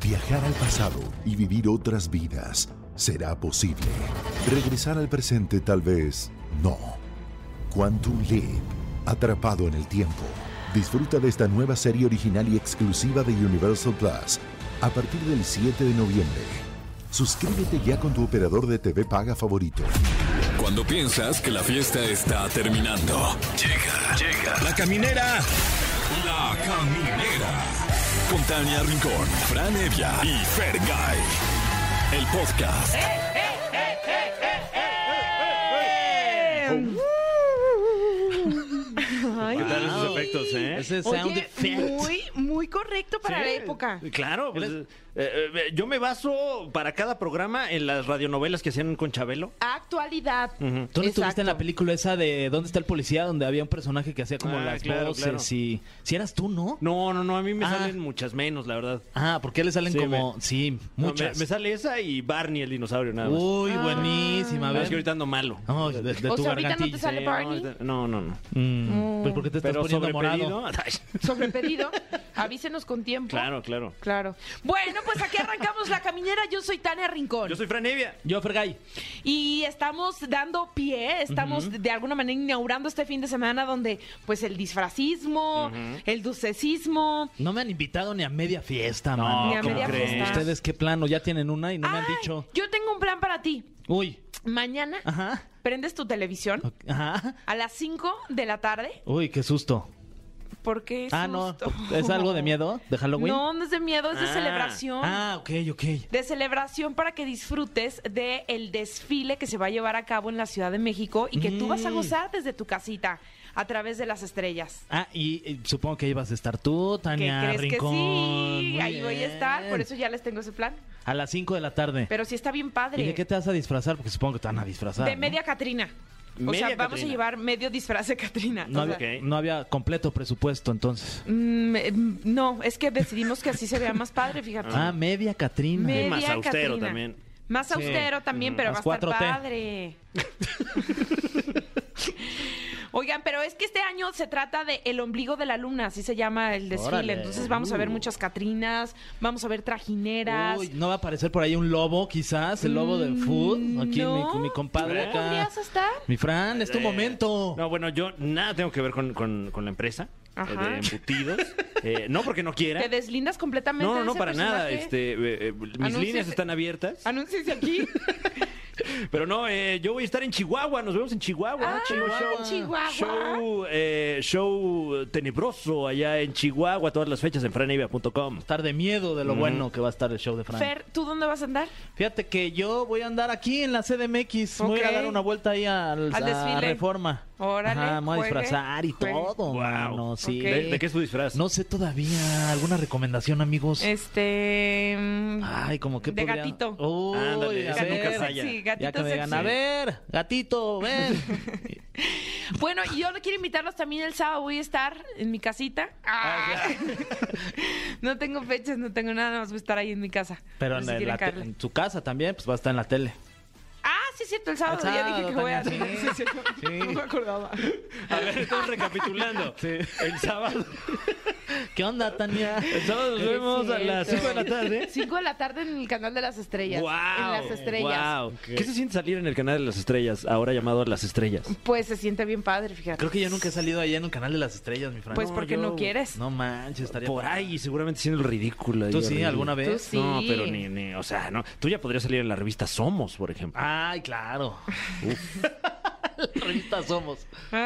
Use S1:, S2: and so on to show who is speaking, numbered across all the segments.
S1: Viajar al pasado y vivir otras vidas será posible. Regresar al presente tal vez no. Quantum Leap, atrapado en el tiempo. Disfruta de esta nueva serie original y exclusiva de Universal Plus a partir del 7 de noviembre. Suscríbete ya con tu operador de TV paga favorito.
S2: Cuando piensas que la fiesta está terminando. Llega, llega. La caminera. La caminera. Con Tania Rincón, Fran Evia y Fer El podcast.
S3: Ay,
S4: ¿Qué tal esos
S3: wow.
S4: efectos, eh?
S5: Ese sound
S3: Oye,
S5: effect.
S3: muy, muy correcto para
S4: Sí,
S3: la época.
S4: Claro, pues, eh, eh, yo me baso para cada programa en las radionovelas que hacían con Chabelo.
S3: Actualidad.
S5: ¿Tú no estuviste
S3: Exacto.
S5: en la película esa de ¿Dónde está el policía? Donde había un personaje que hacía como
S4: Ah,
S5: las
S4: claro,
S5: voces
S4: claro.
S5: y... Si eras tú, ¿no?
S4: No, no, no, a mí me
S5: Ah.
S4: salen muchas menos, la verdad.
S5: Ah, porque le salen
S4: Sí,
S5: como... Sí,
S4: No,
S5: muchas.
S4: me, me sale esa y Barney el dinosaurio, nada más.
S5: Uy, buenísima.
S4: Nada
S5: A
S4: más que
S5: ver.
S4: ahorita ando malo.
S5: Oh, de, de
S3: Ah. O
S5: tu
S3: sea, ahorita no te
S5: gargantilla.
S3: sale
S4: Sí, no,
S3: Barney.
S4: ahorita- No, no, no.
S5: Mm, pues porque te estás
S4: Pero
S5: poniendo
S4: sobre
S5: morado.
S4: pedido. ay,
S3: Sobre pedido, avísenos con tiempo.
S4: Claro, claro.
S3: Claro. Bueno, pues aquí arrancamos la caminera. Yo soy Tania Rincón.
S4: Yo soy Fran Evia.
S5: Yo, Fergay.
S3: Y estamos dando pie, estamos de alguna manera inaugurando este fin de semana donde pues el disfracismo, el dulcecismo.
S5: No me han invitado ni a media fiesta,
S4: No,
S5: mano.
S3: Ni a
S4: ¿cómo
S3: media
S4: crees?
S3: fiesta.
S5: ¿Ustedes qué plano? Ya tienen una y no me han
S3: Ay,
S5: dicho.
S3: Yo tengo un plan para ti.
S5: Uy.
S3: Mañana
S5: Ajá.
S3: prendes tu televisión
S5: ok, Ajá.
S3: a las 5 de la tarde
S5: Uy, qué susto.
S3: Porque
S5: Ah, no. ¿Es algo de miedo? ¿De Halloween?
S3: No, no es de miedo, es de
S4: Ah.
S3: celebración.
S5: Ah, ok, ok.
S3: De celebración para que disfrutes del desfile que se va a llevar a cabo en la Ciudad de México y que tú vas a
S5: Mm.
S3: gozar desde tu casita a través de las estrellas.
S5: Ah, y eh, supongo que ibas a estar tú,
S3: ¿Qué
S5: Tania
S3: crees
S5: Ah, Rincón.
S3: que sí?
S5: Muy
S3: Ahí voy a estar,
S5: bien.
S3: por eso ya les tengo ese plan.
S5: A las 5 de la tarde.
S3: Pero sí está bien padre.
S5: ¿Y de qué te vas a disfrazar? Porque supongo que te van a disfrazar.
S3: De
S5: ¿no?
S3: media Catrina. O
S4: Media
S3: sea, vamos a
S4: Catrina.
S3: llevar medio disfraz de Catrina.
S5: No
S3: O sea,
S5: había,
S4: Ok.
S5: no había completo presupuesto entonces.
S3: mm, eh, mm, no, es que decidimos que así se vea más padre, fíjate.
S5: Ah, media Catrina.
S3: Media
S4: más austero
S3: Catrina.
S4: también.
S3: Más
S5: Sí. Mm.
S3: austero también, pero va a
S5: Más
S3: estar
S5: 4T.
S3: padre. Oigan, pero es que este año se trata de El ombligo de la luna, así se llama el desfile.
S5: Órale.
S3: Entonces vamos a ver
S5: Uh.
S3: muchas catrinas, vamos a ver trajineras.
S5: Uy, ¿no va a aparecer por ahí un lobo quizás? ¿El lobo del food? Aquí
S3: Mm, no.
S5: mi, mi compadre
S3: ¿Tú
S5: acá.
S3: podrías estar?
S5: Mi Fran, es tu
S4: Eh,
S5: momento.
S4: No, bueno, yo nada tengo que ver con, con- con la empresa
S3: Ajá.
S4: eh, de embutidos. Eh, no porque no quiera.
S3: Te deslindas completamente.
S4: No, no,
S3: de
S4: no,
S3: ese
S4: para nada.
S3: personaje?
S4: Este, eh, eh, mis
S3: Anúnciese.
S4: líneas están abiertas.
S3: Anúnciese aquí.
S4: Pero no, eh, yo voy a estar en Chihuahua. Nos vemos en Chihuahua.
S3: Ah,
S4: Tengo
S3: en Chihuahua.
S4: Show, eh, show tenebroso allá en Chihuahua. Todas las fechas en franevia.com.
S5: Estar de miedo
S4: Mm.
S5: de lo bueno que va a estar el show de Fran.
S3: Fer, ¿tú dónde vas a andar?
S5: Fíjate que yo voy a andar aquí en la CDMX. Voy a ir a
S3: Ok.
S5: dar una vuelta ahí al,
S3: Al
S5: a
S3: desfile.
S5: Reforma.
S3: Órale,
S5: Ajá, me voy a
S3: juegue,
S5: disfrazar y
S3: juegue.
S5: todo,
S4: Wow.
S5: mano, sí.
S3: Ok.
S4: ¿De, de qué es tu disfraz?
S5: No sé todavía. ¿Alguna recomendación, amigos?
S3: Este. mm,
S5: Ay, como que
S3: Eh, De
S5: podría-
S3: gatito.
S5: Uy,
S4: Ándale,
S5: a
S4: ese
S5: ver,
S4: nunca falla.
S3: sexy,
S5: Ya
S3: gatito
S5: que me
S3: sexy.
S5: digan, a ver, gatito, ven.
S3: Bueno, y yo le quiero invitarlos también el sábado. Voy a estar en mi casita. Ah. no tengo fechas, no tengo nada, nada más voy a estar ahí en mi casa.
S5: Pero
S3: Por
S5: en,
S3: si quieren
S5: la te-
S3: caerle.
S5: en su casa también, pues va a estar en la tele.
S3: Ah, sí, es cierto, el sábado.
S5: El
S3: ya dije
S5: sábado
S3: que voy a.
S5: también, sí.
S3: Sí, sí, sí. No me acordaba.
S4: A ver, estamos recapitulando. El sábado.
S5: ¿Qué onda, Tania?
S4: El sábado nos vemos a las 5 de la tarde.
S3: 5 de la tarde en el canal de las estrellas.
S4: Guau,
S3: En las estrellas.
S4: guau. ¿Qué se siente salir en el canal de las estrellas, ahora llamado Las Estrellas?
S3: Pues se siente bien padre, fíjate.
S5: Creo que yo nunca he salido allá en el canal de las estrellas, mi Fran.
S3: Pues
S4: No,
S3: porque
S4: yo-
S3: no quieres.
S5: No manches, estaría
S4: Por
S5: padre.
S4: ahí, seguramente siendo el ridículo. ahí,
S5: ¿Tú sí,
S4: horrible.
S5: alguna
S3: Tú
S5: vez?
S3: sí.
S4: No, pero ni, ni, o sea, no. Tú ya podrías salir en la revista Somos, por ejemplo.
S3: Ah.
S5: Ay, claro. la revista Somos.
S3: Ay,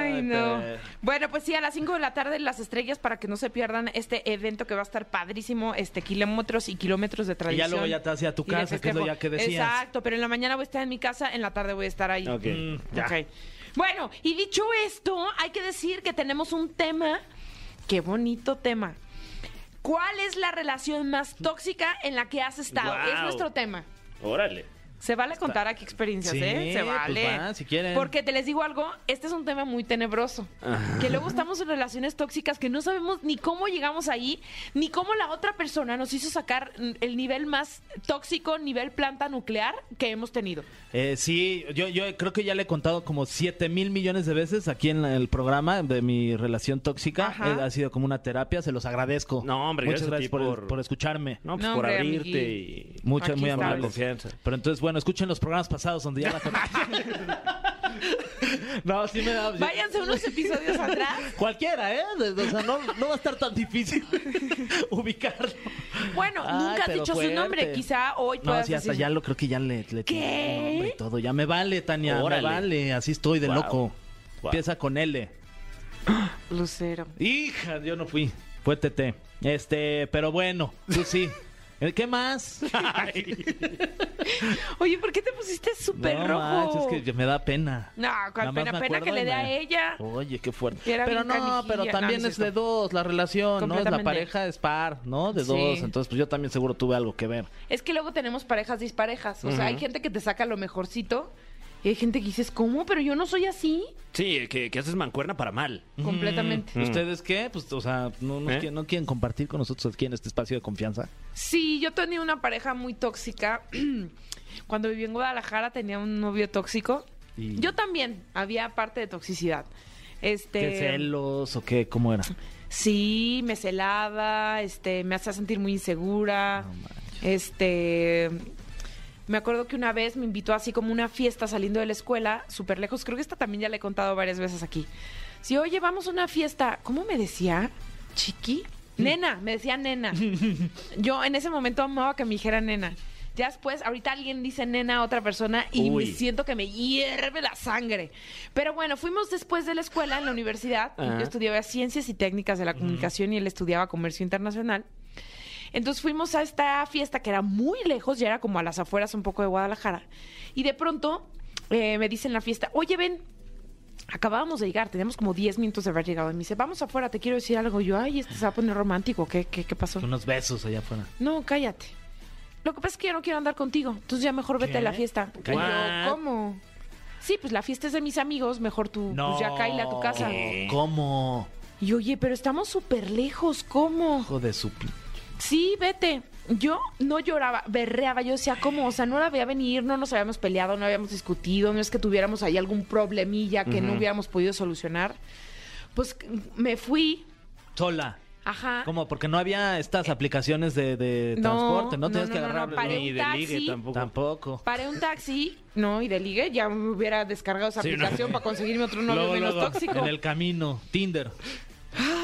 S5: Ay, eh.
S3: no.
S5: Fer.
S3: Bueno, pues sí, a las 5 de la tarde en las estrellas para que no se pierdan este evento que va a estar padrísimo, este kilómetros y kilómetros de tradición.
S5: luego ya te vas a tu
S3: y de
S5: casa, que es lo
S3: festejo.
S5: ya que decías.
S3: Exacto, pero en la mañana voy a estar en mi casa, en la tarde voy a estar ahí.
S4: Ok.
S5: Mm, ya.
S3: Ok. Bueno, y dicho esto, hay que decir que tenemos un tema, qué bonito tema. ¿Cuál es la relación más tóxica en la que has estado?
S4: Guau.
S3: Es nuestro tema.
S4: Órale.
S3: Se vale contar aquí experiencias,
S5: Sí,
S3: ¿eh? Se
S5: pues
S3: vale.
S5: va, si quieren.
S3: Porque te les digo algo, este es un tema muy tenebroso. Que luego estamos en relaciones tóxicas que no sabemos ni cómo llegamos ahí, ni cómo la otra persona nos hizo sacar el nivel más tóxico, nivel planta nuclear que hemos tenido.
S5: Eh, sí, yo, yo creo que ya le he contado como 7 mil millones de veces aquí en la- el programa de mi relación tóxica.
S3: Ajá.
S5: Eh, ha sido como una terapia, se los agradezco.
S4: No, hombre,
S5: muchas
S4: gracias a
S5: gracias
S4: ti
S5: por,
S4: por-
S5: por escucharme.
S4: No, pues
S3: No,
S4: por
S3: hombre,
S4: abrirte
S3: amiguín.
S4: y...
S5: Muchas,
S3: Aquí
S5: muy
S3: estamos.
S5: amables.
S4: La confianza.
S5: Pero entonces, bueno, escuchen los programas pasados donde ya la toqué. No, sí me da...
S3: Váyanse unos episodios atrás.
S5: Cualquiera, ¿eh? O sea, no, no va a estar tan difícil ubicarlo.
S3: Bueno,
S5: Ay,
S3: nunca has
S5: pero
S3: dicho
S5: fuerte.
S3: su nombre, quizá hoy
S5: No,
S3: puedas
S5: sí, hasta
S3: decir-
S5: ya lo creo que ya le, le
S3: ¿Qué?
S5: tengo nombre y todo. Ya me vale, Tania,
S4: Órale.
S5: me vale. Así estoy de
S4: Guau.
S5: loco.
S4: Guau.
S5: Empieza con L.
S3: Lucero.
S5: Hija, yo no fui. Fue TT. Este, pero bueno, tú sí. ¿El qué más?
S3: Oye, ¿por qué te pusiste súper
S5: no,
S3: rojo?
S5: manches, es que me da pena.
S3: No,
S5: Nada
S3: cuál
S5: más
S3: pena,
S5: me
S3: pena que
S5: acuerdo
S3: le
S5: y
S3: dé a
S5: me-
S3: ella.
S5: Oye, qué fuerte.
S3: Que era
S5: pero
S3: bien
S5: no,
S3: canijilla.
S5: pero
S3: No,
S5: también
S3: no es
S5: es de
S3: cierto.
S5: dos, la relación, ¿no? Es La
S3: Completamente.
S5: pareja es par, ¿no? De
S3: Sí.
S5: dos, entonces pues yo también seguro tuve algo que ver.
S3: Es que luego tenemos parejas disparejas. O sea, hay gente que te saca lo mejorcito y hay gente que dices, ¿cómo? Pero yo no soy así.
S4: Sí, que, que haces mancuerna para mal.
S3: Completamente.
S5: ¿Ustedes qué? Pues, o sea, no, nos
S4: Mm. ¿Eh?
S5: quieren, no quieren compartir con nosotros aquí en este espacio de confianza.
S3: Sí, yo tenía una pareja muy tóxica. Cuando viví en Guadalajara tenía un novio tóxico.
S5: Y-
S3: Yo también había parte de toxicidad. Este,
S5: ¿Qué celos o qué? ¿Cómo era?
S3: Pues Sí, me celaba, este, me hacía sentir muy insegura.
S5: No manches.
S3: este, me acuerdo que una vez me invitó así como una fiesta saliendo de la escuela, súper lejos. Creo que esta también ya la he contado varias veces aquí. Si, oye, vamos a una fiesta, ¿cómo me decía? ¿Chiqui?
S5: Mm.
S3: Nena, me decía nena. Yo en ese momento amaba que me dijera nena. Ya después, ahorita alguien dice nena a otra persona y me
S4: Uy.
S3: siento que me hierve la sangre. Pero bueno, fuimos después de la escuela en la universidad.
S4: Ajá.
S3: Yo estudiaba ciencias y técnicas de la comunicación y él estudiaba comercio internacional. Entonces fuimos a esta fiesta que era muy lejos, ya era como a las afueras un poco de Guadalajara. Y de pronto eh, me dicen en la fiesta, oye, ven, acabábamos de llegar, teníamos como 10 minutos de haber llegado. Y me dice, vamos afuera, te quiero decir algo. Y yo, ay, este se va a poner romántico, ¿qué, qué, qué pasó?
S5: Unos besos allá afuera.
S3: No, cállate. Lo que pasa es que yo no quiero andar contigo, entonces ya mejor vete
S5: ¿Qué?
S3: a la fiesta. Y yo,
S4: What?
S3: ¿Cómo? Sí, pues la fiesta es de mis amigos, mejor tú pues ya cáile a tu casa.
S5: ¿Qué? ¿Cómo?
S3: Y yo, oye, pero estamos súper lejos, ¿cómo?
S5: Hijo de su... pi-
S3: Sí, vete. Yo no lloraba, berreaba, yo decía, ¿cómo? O sea, no la veía venir, no nos habíamos peleado, no habíamos discutido, no es que tuviéramos ahí algún problemilla que no hubiéramos podido solucionar. Pues me fui,
S5: Sola.
S3: ajá.
S5: ¿Cómo? Porque no había estas aplicaciones de, de transporte, ¿no?
S3: Ah. Eh, no,
S5: Tenías
S3: no,
S5: que
S3: no, no,
S5: agarrar...
S3: paré
S4: Ni
S3: un
S4: de ligue
S3: taxi.
S4: tampoco.
S5: Tampoco.
S3: Paré un taxi, no, y de ligue, ya me hubiera descargado esa
S4: Sí, no.
S3: aplicación para conseguirme otro novio
S5: Luego,
S3: menos
S5: luego,
S3: tóxico.
S5: En el camino, Tinder.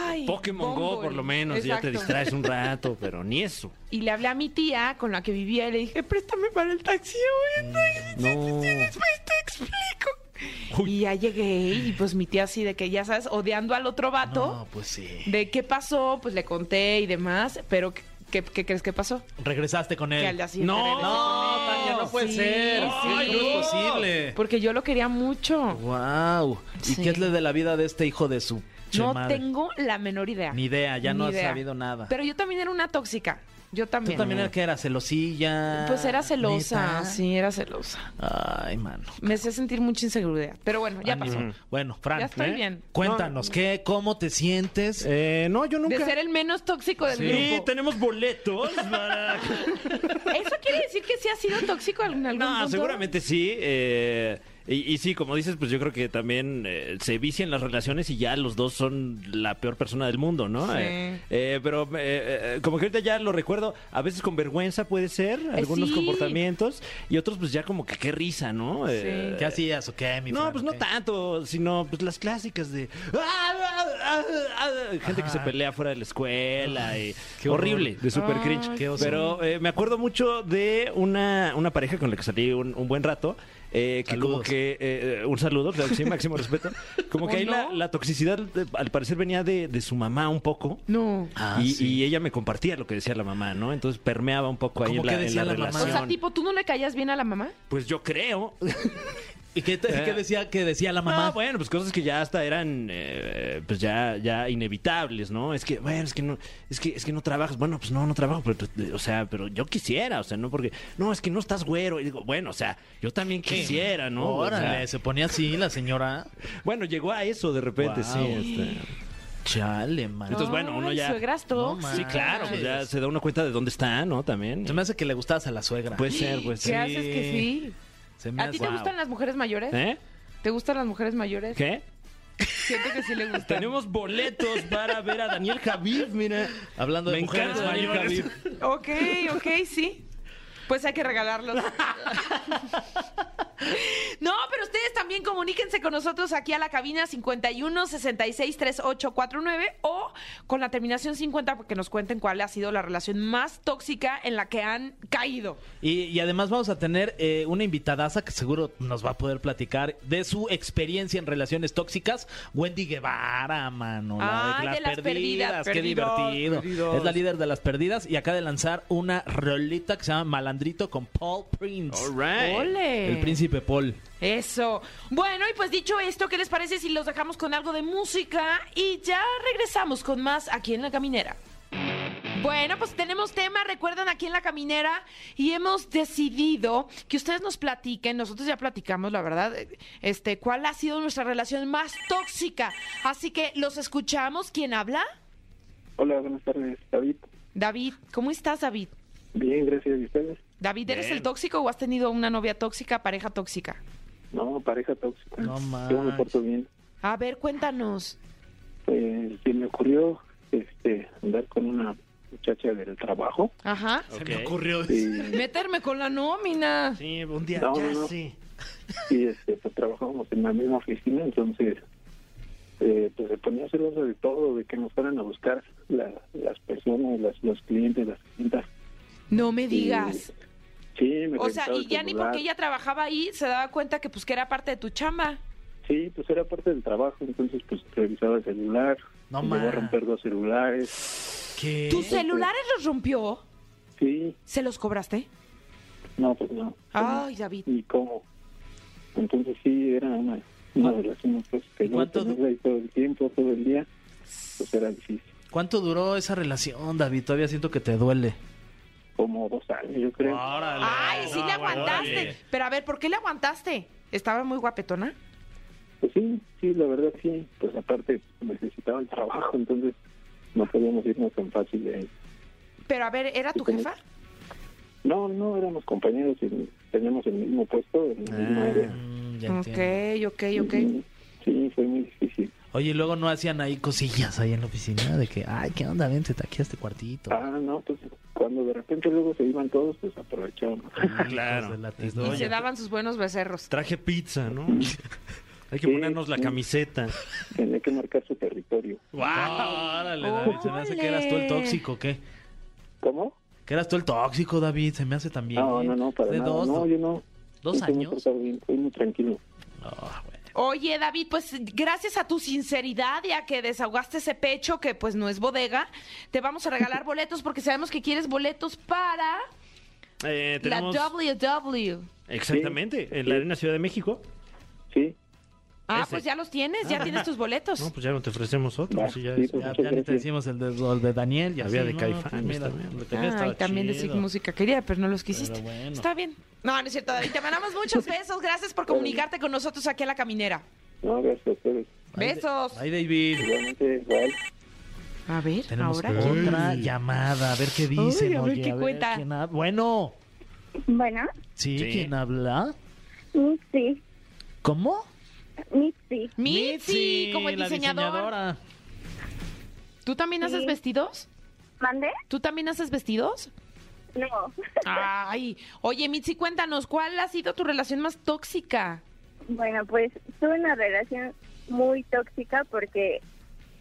S3: Ay,
S4: Pokémon Go,
S3: Bumble.
S4: por lo menos, ya te
S3: Exacto.
S4: distraes un rato, pero ni eso.
S3: Y le hablé a mi tía con la que vivía y le dije, préstame para el taxi, güey, no,
S5: No.
S3: después te explico. Y ya llegué y pues mi tía así de que ya sabes, odiando al otro vato,
S5: No, pues sí.
S3: de qué pasó, pues le conté y demás, pero ¿qué, qué- qué crees que pasó?
S5: Regresaste con él.
S3: Que al día siguiente
S4: No,
S3: regresé
S5: No,
S3: con él.
S5: Tania, no puede
S3: Sí,
S5: ser.
S3: sí.
S5: Ay, ¿Cómo es posible?
S3: Porque yo lo quería mucho.
S5: Wow. ¿Y
S3: Sí.
S5: qué es lo de la vida de este hijo de su che
S3: no
S5: madre?
S3: tengo la menor idea.
S5: Ni idea, ya no
S3: Ni
S5: has
S3: idea.
S5: sabido nada.
S3: Pero yo también era una tóxica. Yo
S5: Tú
S3: también.
S5: también era que era celosilla.
S3: Pues era celosa,
S5: ¿Neta?
S3: sí, era celosa.
S5: Ay, mano.
S3: Me hacía sentir mucha inseguridad. Pero bueno, ya pasó.
S4: Mm.
S5: Ánimo. Bueno, Fran,
S3: Ya estoy
S5: ¿eh?
S3: bien.
S5: cuéntanos, ¿qué? ¿Cómo te sientes?
S4: Eh, no, yo nunca.
S3: De ser el menos tóxico del
S4: Sí,
S3: grupo.
S4: tenemos boletos para...
S3: ¿Eso quiere decir que sí ha sido tóxico en algún
S4: No,
S3: punto?
S4: seguramente sí. eh, y, y sí, como dices, pues yo creo que también eh, se vician las relaciones y ya los dos son la peor persona del mundo, ¿no?
S3: Sí.
S4: Eh, eh, pero eh, eh, como que ahorita ya lo recuerdo, a veces con vergüenza puede ser, algunos
S3: Eh, sí.
S4: comportamientos, y otros pues ya como que qué risa, ¿no? Eh,
S5: ¿Qué hacías o qué, mi
S4: No,
S5: Fran,
S4: pues
S5: o
S4: no
S5: qué?
S4: tanto, sino pues las clásicas de ¡Ah, ah, ah, ah! gente que se pelea fuera de la escuela y
S5: qué horror.
S4: horrible, de super cringe.
S5: qué oso.
S4: Pero eh, me acuerdo mucho de una, una pareja con la que salí un, un buen rato. eh, que como
S5: Saludos.
S4: que eh, un saludo, claro que sí, máximo respeto. Como que
S3: ¿O
S4: ahí la,
S3: no?
S4: la toxicidad eh, al parecer venía de, de su mamá un poco.
S3: No.
S5: Ah,
S4: y,
S5: sí.
S4: y ella me compartía lo que decía la mamá, ¿no? Entonces permeaba un poco ahí
S5: ¿Cómo
S4: en la,
S5: qué
S4: en
S5: decía
S4: la
S5: la mamá?
S3: O
S4: relación.
S3: sea, tipo, ¿tú no le caías bien a la mamá?
S4: Pues yo creo.
S5: ¿Y qué, te-
S4: Eh.
S5: qué decía que decía la mamá?
S4: No, bueno, pues cosas que ya hasta eran eh, pues ya, ya inevitables, ¿no? Es que, bueno, es que no, es que, es que no trabajas, bueno, pues no, no trabajo, pero, pero, o sea, pero yo quisiera, o sea, no porque, no, es que no estás güero. Y digo, bueno, o sea, yo también quisiera, ¿no? O sea,
S5: Órale, se ponía así la señora.
S4: bueno, llegó a eso de repente, sí.
S5: Guau.
S4: este.
S5: Chale, man.
S4: Entonces, bueno, uno
S3: Ay,
S4: ya-
S3: Suegras
S5: No,
S4: Sí,
S5: Ah,
S4: claro, pues ya
S5: sí.
S4: se da uno cuenta de dónde está, ¿no? También.
S5: Se me hace que le gustabas a la suegra.
S4: Puede ser, pues
S3: ¿Qué
S4: sí.
S3: haces que sí?
S5: Se me
S3: ¿A
S5: hace-
S3: ti te
S5: Wow.
S3: gustan las mujeres mayores?
S4: ¿Eh?
S3: ¿Te gustan las mujeres mayores?
S4: ¿Qué?
S3: Siento que sí le gustan.
S4: Tenemos boletos para ver a Daniel Javid, mira.
S5: Hablando de
S4: Me
S5: mujeres
S4: encanta Daniel
S5: mayores.
S4: Javid.
S3: Ok, ok, sí. Pues hay que regalarlos. No, pero ustedes también comuníquense con nosotros aquí a la cabina 51 66 38 49 o con la terminación 50 porque nos cuenten cuál ha sido la relación más tóxica en la que han caído.
S5: Y, y además vamos a tener eh, una invitadaza que seguro nos va a poder platicar de su experiencia en relaciones tóxicas, Wendy Guevara, mano. la
S3: Ay, de las perdidas,
S5: qué
S3: perdidos,
S5: divertido.
S3: perdidos.
S5: Es la líder de las perdidas y acaba de lanzar una rolita que se llama Malandrito con Paul Prince.
S4: All right.
S3: ¡Ole!
S5: El príncipe Paul.
S3: Eso. Bueno, y pues dicho esto, ¿qué les parece si los dejamos con algo de música y ya regresamos con más aquí en la caminera? Bueno, pues tenemos tema, recuerdan aquí en la caminera y hemos decidido que ustedes nos platiquen, nosotros ya platicamos, la verdad, este, cuál ha sido nuestra relación más tóxica. Así que los escuchamos. ¿Quién habla?
S6: Hola, buenas tardes, David.
S3: David. ¿Cómo estás, David?
S6: Bien, gracias. ¿Y ustedes?
S3: David, ¿eres
S4: Bien.
S3: el tóxico o has tenido una novia tóxica, pareja tóxica?
S6: No, pareja tóxica.
S5: No
S6: Yo me
S5: manches.
S6: porto bien.
S3: A ver, cuéntanos.
S6: Eh, se me ocurrió este, andar con una muchacha del trabajo.
S3: Ajá.
S4: Ok.
S5: ocurrió.
S6: Y,
S3: Meterme con la nómina.
S4: Sí, un día
S6: No,
S4: ya
S6: no, no.
S4: sí.
S6: y, este, pues, trabajábamos en la misma oficina, entonces eh, pues se ponía celoso de todo, de que nos fueran a buscar la- las personas, las, los clientes, las clientas.
S3: No me
S6: Y-
S3: digas.
S6: Sí, me
S3: O sea, y
S6: reventaba el
S3: ya ni
S6: celular.
S3: porque ella trabajaba ahí se daba cuenta que pues que era parte de tu chamba.
S6: Sí, pues era parte del trabajo, entonces pues revisaba el celular.
S5: No
S6: me Llegó
S5: ma.
S6: a romper dos celulares.
S5: ¿Qué?
S3: ¿Tus celulares los rompió?
S6: Sí,
S3: ¿Se los cobraste?
S6: no, pues no.
S3: Ay, David.
S6: y cómo. Entonces sí, era una, una
S5: ¿Cuán-
S6: relación pues, que no
S5: cuánto du-
S6: tenerla ahí todo el tiempo, todo el día, pues era difícil.
S5: ¿Cuánto duró esa relación, David? Todavía siento que te duele.
S6: Como dos años, yo creo.
S5: Órale.
S3: Ay, sí
S5: No,
S3: le
S5: bueno,
S3: aguantaste.
S5: órale.
S3: Pero a ver, ¿por qué le aguantaste? ¿Estaba muy guapetona?
S6: Pues sí, sí, la verdad sí. Pues aparte necesitaba el trabajo, entonces no podíamos irnos tan fácil de ahí.
S3: Pero a ver, ¿era tu
S6: Sí,
S3: jefa?
S6: No, no, éramos compañeros y teníamos el mismo puesto, el
S4: Ah.
S6: mismo área.
S5: Mm, ya entiendo.
S3: Ok, ok, Ah. ok.
S6: Y Sí, fue muy difícil.
S5: Oye, y luego no hacían ahí cosillas ahí en la oficina de que, ay, ¿qué onda? Vente aquí a este cuartito.
S6: Ah, no, pues cuando de repente luego se iban todos, pues aprovechábamos.
S4: claro.
S5: Hijos de la
S3: Y
S5: tizoya.
S3: se daban sus buenos becerros.
S4: Traje pizza, ¿no? Hay que
S6: Sí,
S4: ponernos la
S6: sí.
S4: camiseta.
S6: Tenía que marcar su territorio.
S5: Órale, David, se me hace que eras tú el
S3: Ole.
S5: tóxico, ¿qué?
S6: ¿Cómo?
S5: Que eras tú el tóxico, David, se me hace también.
S6: No, no, no, para
S5: de
S6: nada.
S5: Dos,
S6: no, yo no.
S5: dos
S6: Yo soy muy
S5: años.
S6: portado bien, soy muy tranquilo.
S5: Ah, bueno.
S3: Oye, David, pues gracias a tu sinceridad y a que desahogaste ese pecho que pues no es bodega, te vamos a regalar boletos porque sabemos que quieres boletos para
S4: Eh, tenemos...
S3: la WW.
S4: Exactamente, en la Arena Ciudad de México.
S6: Sí.
S3: Ah,
S4: Ese.
S3: pues ya los tienes, ya tienes tus boletos.
S4: No, pues ya no te ofrecemos otro.
S6: Ah,
S4: si ya
S6: sí,
S4: es-
S6: pues,
S5: Ya,
S6: muchas
S5: ya ni te
S6: gracias.
S5: decimos el de, el de Daniel, ya
S4: Había
S5: sí,
S4: de
S5: no,
S4: Caifanes
S5: pues mira,
S4: también.
S5: lo que había
S3: Ay,
S5: estaba
S3: también
S5: chido.
S3: decir música quería, pero no los quisiste.
S5: Pero bueno.
S3: Está bien. No, no es cierto, David. Te mandamos muchos besos. Gracias por comunicarte con nosotros aquí a la caminera.
S6: No, gracias a ustedes.
S5: Ay, de-
S3: Besos.
S5: Ay, David.
S6: Realmente, igual.
S3: A ver,
S5: Tenemos
S3: ahora.
S5: otra llamada, a ver qué dicen.
S3: Ay, a ver
S5: oye,
S3: qué cuenta.
S5: quién ha- Bueno,
S7: Bueno,
S5: sí,
S4: Sí.
S5: ¿quién habla?
S7: Mitzi,
S5: ¿Cómo?
S7: Mitzi,
S3: Mitzi, como el
S5: la
S3: diseñador.
S5: diseñadora.
S3: ¿Tú también haces
S7: Sí.
S3: vestidos?
S7: ¿mande?
S3: ¿Tú también haces vestidos?
S7: No,
S3: Ay, oye, Mitzi, cuéntanos, ¿cuál ha sido tu relación más tóxica?
S7: bueno, pues tuve una relación muy tóxica porque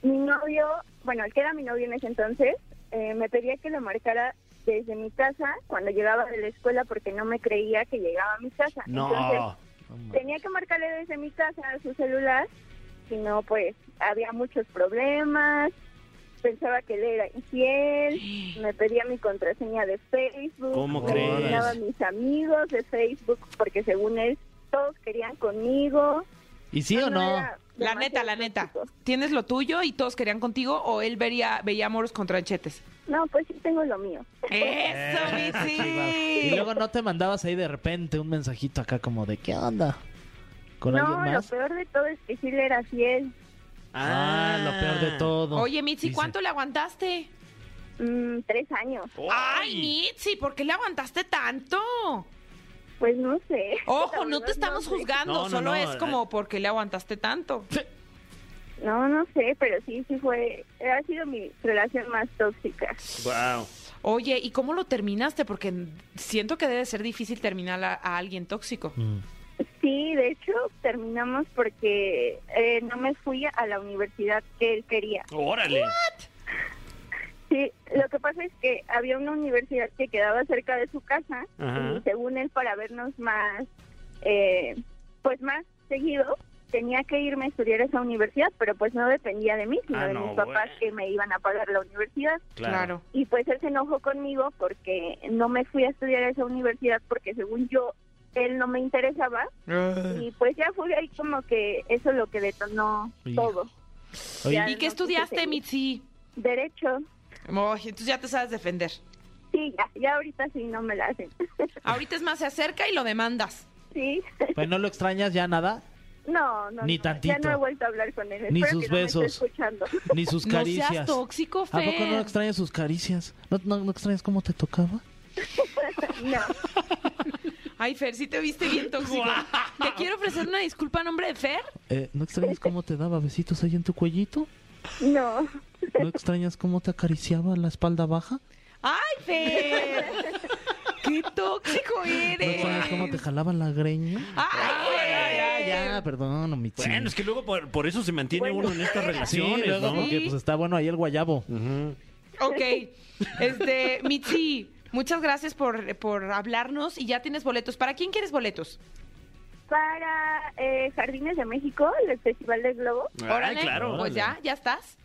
S7: mi novio, bueno, el que era mi novio en ese entonces, eh, me pedía que lo marcara desde mi casa cuando llegaba de la escuela porque no me creía que llegaba a mi casa. Entonces,
S4: No.
S7: tenía que marcarle desde mi casa a su celular, si no, pues había muchos problemas. Pensaba que él era infiel, me pedía mi contraseña de Facebook,
S4: ¿Cómo
S7: me
S4: crees?
S7: eliminaba a mis amigos de Facebook porque según él todos querían conmigo.
S5: ¿Y sí o no?
S7: era
S3: La
S7: demasiado
S3: neta, la neta.
S7: tóxico.
S3: ¿Tienes lo tuyo y todos querían contigo o él vería, veía moros con tranchetes?
S7: No, pues sí tengo lo mío.
S3: ¡Eso,
S5: Eh,
S3: mi sí!
S5: Y luego no te mandabas ahí de repente un mensajito acá como de ¿qué onda? ¿Con
S7: No,
S5: alguien
S7: lo
S5: más?
S7: peor de todo es que sí le era fiel.
S5: Ah, lo peor de todo.
S3: Oye, Mitzi,
S5: Dice,
S3: ¿cuánto le aguantaste?
S7: Mm, tres años.
S3: ¡Ay, Mitzi! ¿Por qué le aguantaste tanto?
S7: Pues no sé. La
S3: Ojo, no
S7: verdad,
S3: te estamos
S7: sé.
S3: juzgando,
S4: No, no,
S3: solo
S4: no,
S3: es
S4: eh.
S3: como ¿por qué le aguantaste tanto?
S7: No, no sé, pero sí, sí fue. Ha sido mi relación más tóxica.
S4: Wow.
S3: Oye, ¿y cómo lo terminaste? Porque siento que debe ser difícil terminar a, a alguien tóxico.
S5: mm,
S7: Sí, de hecho, terminamos porque eh, no me fui a la universidad que él quería.
S4: Órale.
S7: Sí, lo que pasa es que había una universidad que quedaba cerca de su casa
S4: Ajá.
S7: y según él para vernos más, eh, pues más seguido, tenía que irme a estudiar a esa universidad, pero pues no dependía de mí, sino
S4: Ah,
S7: de
S4: no,
S7: mis papás
S4: bueno.
S7: que me iban a pagar la universidad.
S4: Claro.
S7: Y pues él se enojó conmigo porque no me fui a estudiar a esa universidad porque según yo él no me interesaba
S5: Eh.
S7: y pues ya fue ahí como que eso lo que detonó
S5: Hijo.
S7: todo.
S5: Oye,
S7: Ya
S3: ¿Y qué
S7: no quise
S3: estudiaste,
S7: seguir.
S3: Mitzi?
S7: Derecho.
S3: Ay, entonces ya te sabes defender.
S7: Sí, ya, ya ahorita sí no me la hacen.
S3: Ahorita es más, se acerca y lo demandas.
S7: Sí.
S5: Pues no lo extrañas ya nada,
S7: No, no.
S5: Ni
S7: no,
S5: tantito.
S7: Ya no he vuelto a hablar con él.
S5: Ni
S7: Espero
S5: sus
S7: que no me esté
S5: besos.
S7: escuchando.
S5: ni sus
S3: No seas
S5: Pues caricias.
S3: tóxico,
S5: ¿A poco no
S3: Fer.
S5: extrañas sus caricias? ¿No, no, no extrañas cómo te tocaba?
S7: No.
S3: Ay, Fer, sí te viste bien tóxico. Te quiero ofrecer una disculpa a nombre de Fer.
S5: Eh, ¿No extrañas cómo te daba besitos ahí en tu cuellito?
S7: No.
S5: ¿No extrañas cómo te acariciaba la espalda baja?
S3: ¡Ay, Fer! ¡Qué tóxico
S5: ¿No extrañas cómo te
S3: eres!
S5: jalaba la greña?
S3: ¡Ay, Fer!
S5: Ya, perdón, mi
S4: Bueno, es que luego por, por eso se mantiene
S7: Bueno.
S4: uno en estas
S5: Sí,
S4: relaciones,
S5: luego
S4: ¿no?
S5: porque pues está bueno ahí el guayabo.
S4: Ujú.
S3: Ok. Este, Mitzi, muchas gracias por, por hablarnos y ya tienes boletos. ¿Para quién quieres boletos?
S7: Para eh, Jardines de México, el Festival del Globo.
S4: Ay, claro.
S3: Pues ya, ya estás.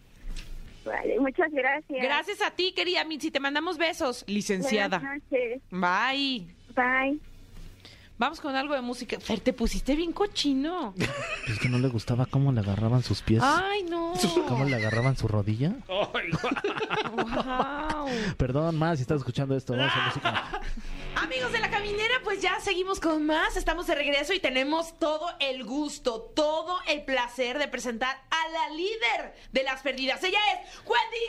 S7: Vale, muchas gracias.
S3: Gracias a ti, querida Mitzi. Te mandamos besos. Licenciada.
S7: Buenas noches.
S3: Bye.
S7: Bye.
S3: Vamos con algo de música. Fer, te pusiste bien cochino.
S5: Es que no le gustaba cómo le agarraban sus pies.
S3: Ay, no.
S5: ¿Cómo le agarraban su rodilla?
S3: Guau.
S5: Perdón, más si estás escuchando esto. Vamos a música.
S3: Amigos de la caminera, pues ya seguimos con más. Estamos de regreso y tenemos todo el gusto, todo el placer de presentar a la líder de las perdidas. Ella es Wendy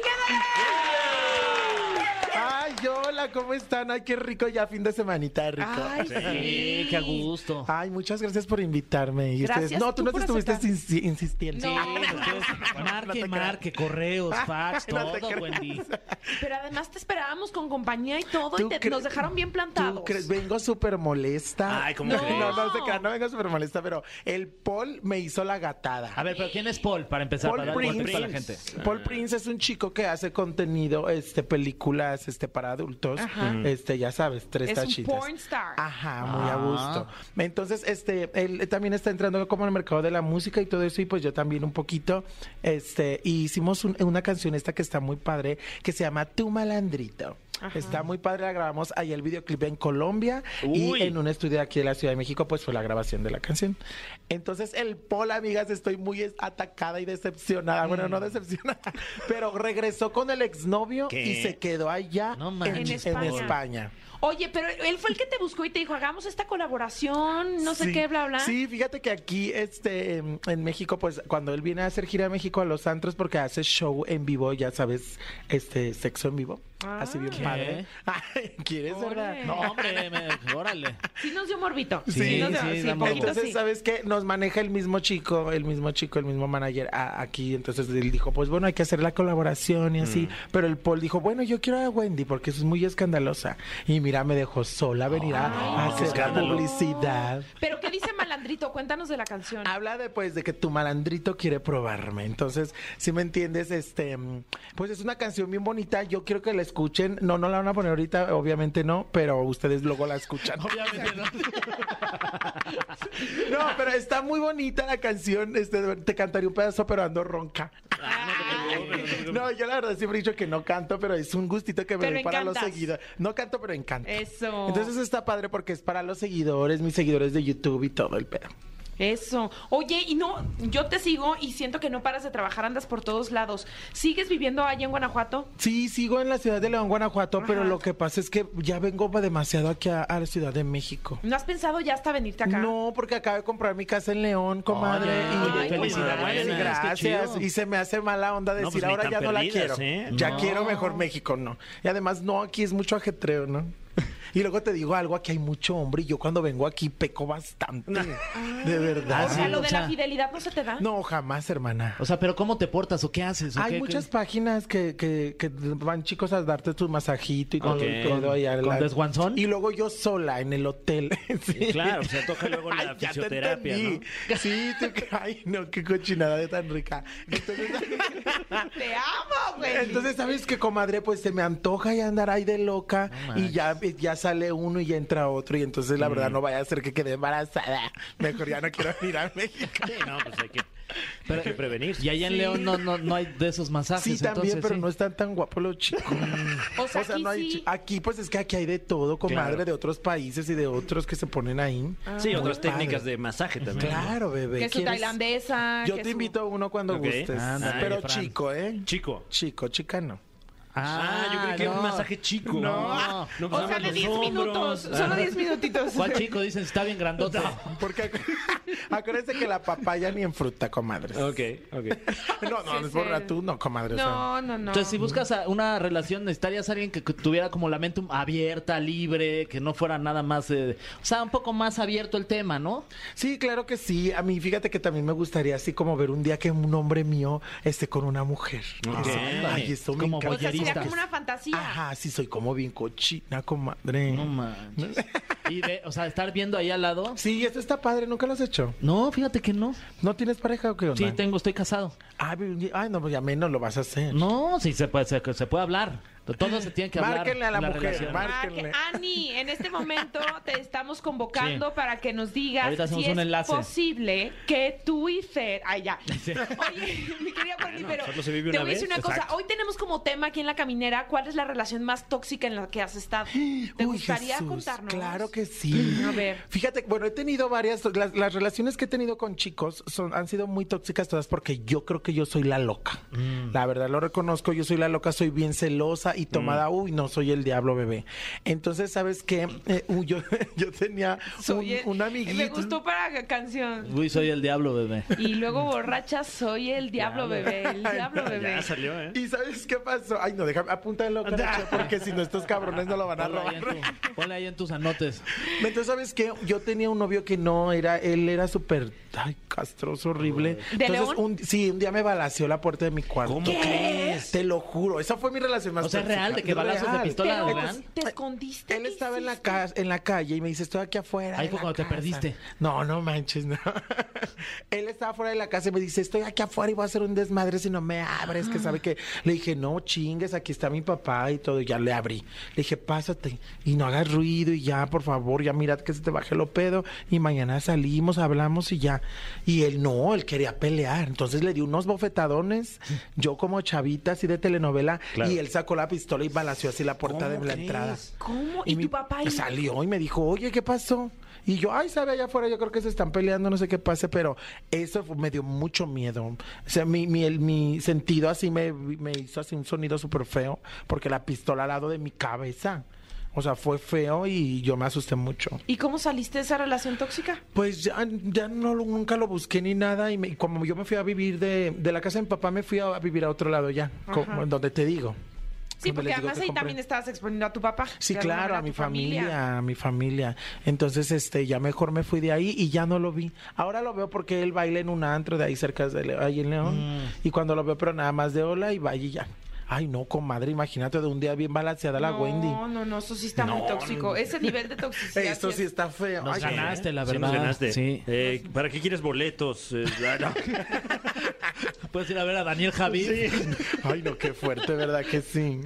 S3: Guevara.
S8: Ay, hola, ¿cómo están? Ay, qué rico ya, fin de semanita, rico.
S3: Ay, sí.
S5: gusto.
S8: Ay, muchas gracias por invitarme. Y
S3: Gracias
S8: ustedes- no, tú
S3: tú
S8: no te
S3: por
S8: estuviste
S3: aceptar.
S8: insi- insistiendo.
S3: No.
S8: no te
S5: marque,
S8: creas.
S5: marque, correos, fax,
S8: No
S5: todo,
S8: te creas.
S5: Wendy.
S3: Pero además te esperábamos con compañía y todo y
S8: ¿Tú
S3: te-
S8: cre-
S3: nos dejaron bien plantados.
S8: ¿Tú crees? Vengo súper molesta.
S4: Ay, ¿cómo
S8: no,
S4: crees?
S8: No, no, se crean, no vengo súper molesta, pero el Paul me hizo la gatada.
S5: A ver, pero ¿quién es Paul? Para empezar,
S8: Paul
S5: para dar
S8: Prince.
S5: contexto a la gente.
S8: Paul Prince es un chico que hace contenido, este, películas, este, para adultos, este, ya sabes, tres
S3: Es un
S8: tachitas.
S3: porn star.
S8: Ajá, muy a
S5: Ah.
S8: gusto. Entonces, este, él también está entrando como en el mercado de la música y todo eso, y pues yo también un poquito, este, y hicimos un- una canción esta que está muy padre, que se llama Tu Malandrito. Está muy padre, la grabamos ahí el videoclip en Colombia
S4: Uy.
S8: y en un estudio aquí de la Ciudad de México, pues fue la grabación de la canción. Entonces, el Paul, amigas, estoy muy es- atacada y decepcionada. Bueno, no decepcionada, pero regresó con el exnovio
S4: ¿Qué?
S8: y se quedó allá
S5: No
S8: en,
S5: manches,
S8: en
S3: Paul.
S8: España.
S3: Oye, pero él fue el que te buscó y te dijo, hagamos esta colaboración, no sé
S8: Sí.
S3: qué, bla, bla.
S8: Sí, fíjate que aquí este en, en México, pues cuando él viene a hacer gira a México a los antros porque hace show en vivo, ya sabes, este sexo en vivo. Así bien
S3: Ah.
S8: padre. Ay, ¿Quieres,
S3: Órale.
S8: verdad?
S5: No, hombre, me- órale.
S3: Sí nos dio morbito.
S5: Sí,
S3: nos dio-
S5: sí, da morbo.
S3: poquito
S8: Entonces,
S3: sí.
S8: ¿sabes qué? Nos maneja el mismo chico, el mismo chico, el mismo manager a- aquí. Entonces él dijo, pues bueno, hay que hacer la colaboración y así. Pero el Paul dijo, bueno, yo quiero a Wendy porque es muy escandalosa. Y mira, me dejó sola venir a, a
S4: no.
S8: hacer la
S4: Escándalo.
S8: publicidad.
S3: Pero ¿qué dice Malandrito? Cuéntanos de la canción.
S8: Habla después de que tu malandrito quiere probarme. Entonces, si me entiendes, este, mm, pues es una canción bien bonita. Yo quiero que la escuchen. No, no la van a poner ahorita, obviamente no, pero ustedes luego la escuchan.
S5: Obviamente no.
S8: No, pero está muy bonita la canción. Este, te cantaré un pedazo, pero ando ronca.
S3: Ah,
S8: No, yo la verdad siempre he dicho que no canto, pero es un gustito que me
S3: Pero
S8: doy para
S3: encantas.
S8: los seguidores. No canto, pero encanto.
S3: Eso.
S8: Entonces está padre porque es para los seguidores, mis seguidores de YouTube y todo el pedo.
S3: Eso. Oye, y no, yo te sigo y siento que no paras de trabajar, andas por todos lados. ¿Sigues viviendo allá en Guanajuato?
S8: Sí, sigo en la ciudad de León, Guanajuato, pero
S3: Ajá.
S8: lo que pasa es que ya vengo demasiado aquí a, a la Ciudad de México.
S3: ¿No has pensado ya hasta venirte acá?
S8: No, porque acabo de comprar mi casa en León, comadre.
S4: Ay,
S8: y
S4: oye,
S8: felicidades,
S4: enhorabuena,
S8: y
S4: qué
S5: Ah,
S8: gracias.
S4: chido.
S8: Y se me hace mala onda decir,
S4: No, pues, ni
S8: ahora
S4: tan
S8: ya no la
S4: perdidas,
S8: quiero.
S4: ¿eh?
S8: Ya
S4: No.
S8: quiero mejor México, no. Y además, no, aquí es mucho ajetreo, ¿no? Y luego te digo algo, aquí hay mucho hombre y yo cuando vengo aquí peco bastante. De
S3: O
S8: verdad.
S3: sea, lo
S5: o
S3: de la
S5: sea,
S3: fidelidad no se te da.
S8: No, jamás, hermana.
S5: O sea, pero ¿cómo te portas o qué haces? ¿O
S8: Hay
S5: qué-
S8: muchas
S5: qué-
S8: páginas que, que, que van chicos a darte tu masajito y todo
S4: Ok.
S8: el pedo y al-
S5: ¿Con
S8: al-
S5: desguanzón?
S8: Y luego yo sola en el hotel. Sí.
S4: Claro, o sea, toca luego la
S8: Ay, ya te
S4: fisioterapia, ¿no?
S8: entendí. Sí, tú que- ay, no, qué cochinada de tan rica. Entonces,
S3: Te amo, güey.
S8: entonces, ¿sabes qué, comadre? Pues se me antoja ya andar ahí de loca y ya, ya sale uno y ya entra otro y entonces la
S4: Mm.
S8: verdad no vaya a ser que quede embarazada. Mejor ya no quiero ir a México.
S4: Sí, no, pues hay que, hay que prevenir.
S5: Y allá en León no, no, no hay de esos masajes.
S8: Sí, también,
S5: entonces,
S8: pero
S5: sí.
S8: no están tan guapos los chicos.
S3: O sea, aquí
S8: no hay
S3: sí.
S8: chi- aquí pues es que aquí hay de todo, comadre,
S4: Claro.
S8: de otros países y de otros que se ponen ahí.
S4: Sí, otras
S8: padre.
S4: técnicas de masaje también. ¿no?
S8: Claro, bebé.
S3: Ah, que su
S8: ¿quieres?
S3: tailandesa.
S8: Yo
S3: que
S8: te
S3: su-
S8: invito a uno cuando
S4: Ok.
S8: gustes.
S4: Ándale,
S8: pero
S5: Fran.
S8: chico, ¿eh?
S4: Chico.
S8: Chico, chicano.
S4: Ah, yo creí que era un
S5: no.
S4: masaje chico.
S5: No.
S4: no pues
S3: O sea,
S4: nada
S3: de
S4: más
S3: 10
S4: los
S3: minutos.
S4: hombros. Ah.
S3: Solo 10 minutitos.
S5: ¿Cuál chico? Dicen, está bien grandote.
S8: Porque acu- acuérdense que la papaya ni en fruta, comadres.
S4: Ok, ok.
S8: No, no,
S3: Sí,
S8: no es borra
S3: sí.
S8: tú, no, comadre. o sea.
S3: No, no, no.
S5: Entonces, si buscas a una relación, necesitarías a alguien que que tuviera como la mente abierta, libre, que no fuera nada más... eh, o sea, un poco más abierto el tema, ¿no?
S8: Sí, claro que sí. A mí, fíjate que también me gustaría así como ver un día que un hombre mío esté con una mujer.
S4: Ok.
S8: Eso- Ay, eso me
S5: Como
S8: encanta.
S3: o sea, sería
S5: voyeristas.
S3: como una fantasía.
S8: Ajá, sí, soy como bien cochina, comadre.
S5: No manches. Y de, o sea, estar viendo ahí al lado.
S8: Sí, esto está padre, nunca lo has hecho.
S5: No, fíjate que no.
S8: ¿No tienes pareja o qué onda?
S5: Sí, tengo, estoy casado.
S8: Ay, vi- ay, no, pues ya menos lo vas a hacer.
S5: No, sí se puede, se, se puede hablar. Todo se tiene que hablar.
S8: Márquenle a la
S5: en
S8: mujer,
S5: relación.
S8: mar-
S3: Ah, que-
S8: Márquenle.
S3: Ani, en este momento te estamos convocando para que nos digas
S5: Ahorita hacemos
S3: si
S5: un
S3: es
S5: enlace.
S3: posible que tú y Fer... Ay, ya. Oye, mi querida Courtney, pero
S4: solo se vive
S3: te
S4: una
S3: voy a decir
S4: vez,
S3: una cosa.
S4: exacto.
S3: Hoy tenemos como tema aquí en La Caminera cuál es la relación más tóxica en la que has estado. ¿Te
S8: Uy,
S3: gustaría
S8: Jesús,
S3: contarnos?
S8: Claro que sí.
S3: A ver.
S8: Fíjate, bueno, he tenido varias, las, las relaciones que he tenido con chicos son, han sido muy tóxicas todas porque yo creo que yo soy la loca.
S5: Mm.
S8: La verdad lo reconozco, yo soy la loca, soy bien celosa y tomada,
S5: Mm.
S8: uy, no soy el diablo bebé. Entonces, ¿sabes qué? Eh, uy, yo, yo tenía
S3: Soy el-
S8: un, un amiguito.
S3: Me gustó para canción.
S5: Uy, soy el diablo, bebé.
S3: Y luego borracha, soy el diablo bebé, el diablo bebé.
S4: Ya salió, ¿eh?
S8: ¿Y sabes qué pasó? Ay, no, déjame, apúntalo, caracho, porque si no, estos cabrones no lo van a
S5: Ponle ahí, en
S8: robar.
S5: tu- ponle ahí en tus anotes.
S8: Entonces, ¿sabes qué? Yo tenía un novio que no era, él era súper, ay, castroso, horrible.
S3: ¿De
S8: Entonces,
S3: León?
S8: Un, sí, un día me balació la puerta de mi cuarto.
S4: ¿Cómo crees?
S8: Te lo juro, esa fue mi relación más
S5: O sea, ¿es real de
S8: tóxica.
S5: que balazos de
S8: Real.
S5: pistola
S3: Pero
S5: ¿verdad?
S3: te escondiste.
S8: Él
S3: ¿qué
S8: estaba en la,
S3: hiciste?
S8: ca- en la calle y me dice, estoy aquí afuera.
S5: Ahí
S8: de
S5: fue
S8: la
S5: cuando te
S8: casa".
S5: perdiste.
S8: No, no manches, no. Él estaba fuera de la casa y me dice, estoy aquí afuera y voy a hacer un desmadre si no me abres, que sabe que... Le dije, no chingues, aquí está mi papá y todo. Y ya le abrí. Le dije, pásate y no hagas ruido y ya, por favor, ya mirad que se te baje lo pedo. Y mañana salimos, hablamos y ya. Y él no, él quería pelear. Entonces le di unos bofetadones, yo como chavita así de telenovela,
S4: Claro.
S8: y él sacó la pistola y balació así la puerta de
S4: ¿Cómo
S8: la
S4: crees?
S8: entrada.
S3: ¿Cómo? ¿Y,
S8: mi- Pues
S3: tu papá ahí?
S8: salió y me dijo, oye, ¿qué pasó? Y yo, ay, sabe, allá afuera, yo creo que se están peleando, no sé qué pase, pero eso fue- me dio mucho miedo. O sea, mi, mi, el- mi sentido así me, me hizo así un sonido súper feo, porque la pistola al lado de mi cabeza. O sea, fue feo y yo me asusté mucho.
S3: ¿Y cómo saliste de esa relación tóxica?
S8: Pues ya, ya no lo- nunca lo busqué ni nada y, me- y como yo me fui a vivir de, de la casa de mi papá, me fui a, vivir a otro lado ya,
S3: Ajá.
S8: como- donde te digo.
S3: Sí,
S8: Cuando
S3: porque
S8: les digo
S3: además
S8: que
S3: ahí
S8: compré.
S3: también estabas exponiendo a tu papá.
S8: Sí,
S3: de alguna
S8: claro,
S3: manera,
S8: a mi
S3: tu familia.
S8: familia, a mi familia. Entonces, este, ya mejor me fui de ahí y ya no lo vi. Ahora lo veo porque él baila en un antro de ahí cerca de Le- ahí en León. Y cuando lo veo, pero nada más de hola y vaya y ya. Ay, no, comadre, imagínate de un día bien balanceada la
S3: no,
S8: Wendy.
S3: No, no, eso sí está muy tóxico. Ese nivel de toxicidad.
S8: Esto sí está feo.
S5: Nos
S8: Ay,
S5: ganaste, la
S4: Sí,
S5: verdad.
S4: nos ganaste.
S5: Sí.
S4: Eh, ¿Para qué quieres boletos? Eh, ah, no.
S5: Puedes ir a ver a Daniel Javid.
S8: Ay, no, qué fuerte, ¿verdad que sí?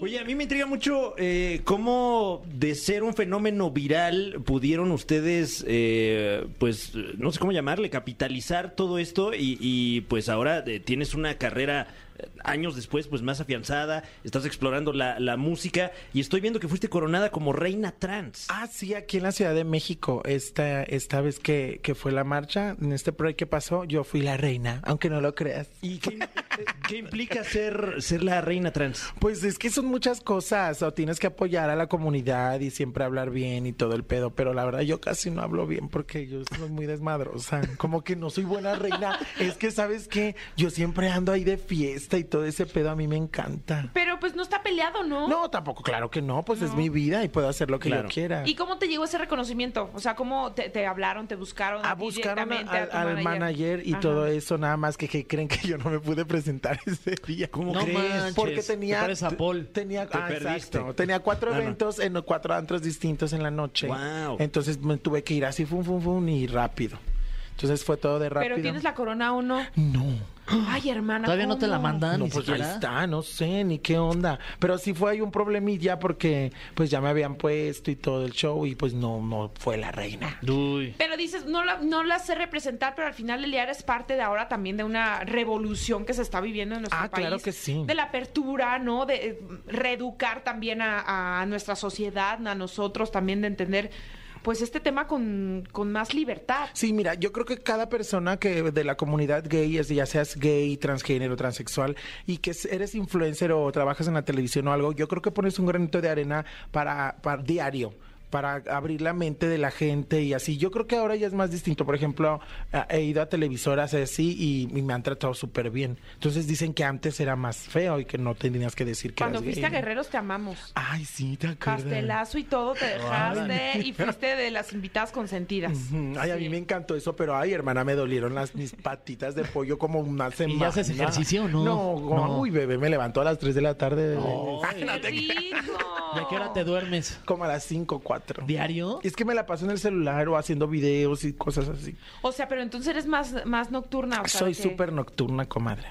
S4: Oye, a mí me intriga mucho eh, cómo de ser un fenómeno viral pudieron ustedes, eh, pues, no sé cómo llamarle, capitalizar todo esto y, y, pues ahora eh, tienes una carrera eh, años después, pues más afianzada, estás explorando la, la música y estoy viendo que fuiste coronada como reina trans.
S8: Ah, sí, aquí en la Ciudad de México, esta, esta vez que, que fue la marcha, en este break que pasó, yo fui la reina, aunque no lo creas.
S4: ¿Y qué, qué implica ser, ser la reina trans?
S8: Pues es que son muchas cosas, o tienes que apoyar a la comunidad y siempre hablar bien y todo el pedo, pero la verdad yo casi no hablo bien porque yo soy muy desmadrosa, como que no soy buena reina, es que sabes que yo siempre ando ahí de fiesta y todo ese pedo a mí me encanta.
S3: Pero pues no está peleado, ¿no?
S8: No, tampoco, claro que no, pues es mi vida y puedo hacer lo que
S4: Claro.
S8: yo quiera.
S3: ¿Y cómo te llegó ese reconocimiento? O sea, ¿cómo te, te hablaron, te buscaron?
S8: a
S3: ti
S8: buscar a-
S3: directamente,
S8: Ah, al,
S3: a tu
S8: al manager. y
S3: Ajá.
S8: todo eso, nada más que, que creen que yo no me pude presentar ese día.
S4: ¿Cómo
S5: No
S4: crees?
S5: manches,
S8: Porque
S5: te
S8: tenía,
S5: pareces a Paul.
S8: tenía,
S4: Te
S8: ah,
S4: perdiste.
S8: exacto. tenía cuatro
S4: Ah, no.
S8: eventos en los cuatro antros distintos en la noche.
S4: Guau.
S8: Entonces me tuve que ir así, fum, fum, fum, y rápido. Entonces fue todo de rápido.
S3: ¿Pero tienes la corona o no?
S8: No,
S3: Ay, hermana.
S5: Todavía no te la
S3: ¿cómo?
S4: Ah,
S5: mandan
S8: no,
S5: ni
S8: pues ahí
S5: siquiera.
S8: está, no sé ni qué onda. Pero sí fue ahí un problemilla porque pues ya me habían puesto y todo el show y pues no, no fue la reina.
S5: Uy.
S3: Pero dices, no la, no la sé representar, pero al final del día eres parte de ahora también de una revolución que se está viviendo en nuestro
S8: Ah,
S3: país.
S8: claro que sí.
S3: De la apertura, ¿no? De eh, reeducar también a, a nuestra sociedad, a nosotros también, de entender pues este tema con, con más libertad.
S8: Sí, mira, yo creo que cada persona que de la comunidad gay, es- ya seas gay, transgénero, transexual, y que s- eres influencer o trabajas en la televisión o algo, yo creo que pones un granito de arena para, para diario para abrir la mente de la gente y así. Yo creo que ahora ya es más distinto. Por ejemplo, eh, he ido a televisoras así y, y me han tratado súper bien. Entonces dicen que antes era más feo y que no tenías que decir que
S3: Cuando
S8: eras gay,
S3: fuiste a
S8: ¿no?
S3: Guerreros te amamos.
S8: Ay, sí, te acuerdas.
S3: Pastelazo y todo te dejaste y fuiste de las invitadas consentidas.
S8: Ujú. Ay, a mí me encantó eso, pero ay, hermana, me dolieron las mis patitas de pollo como una semana.
S5: haces ejercicio o no?
S8: No,
S5: No.
S8: uy, bebé, me levantó a las 3 de la tarde. bebé. Ay, no
S3: ¡Qué
S8: te creas.
S3: rico!
S5: ¿Y a qué hora te duermes?
S8: Como a las 5, 4.
S5: ¿Diario?
S8: Es que me la paso en el celular o haciendo videos y cosas así.
S3: O sea, pero entonces eres más, más nocturna. O sea,
S8: Soy
S3: de que-
S8: súper nocturna, comadre.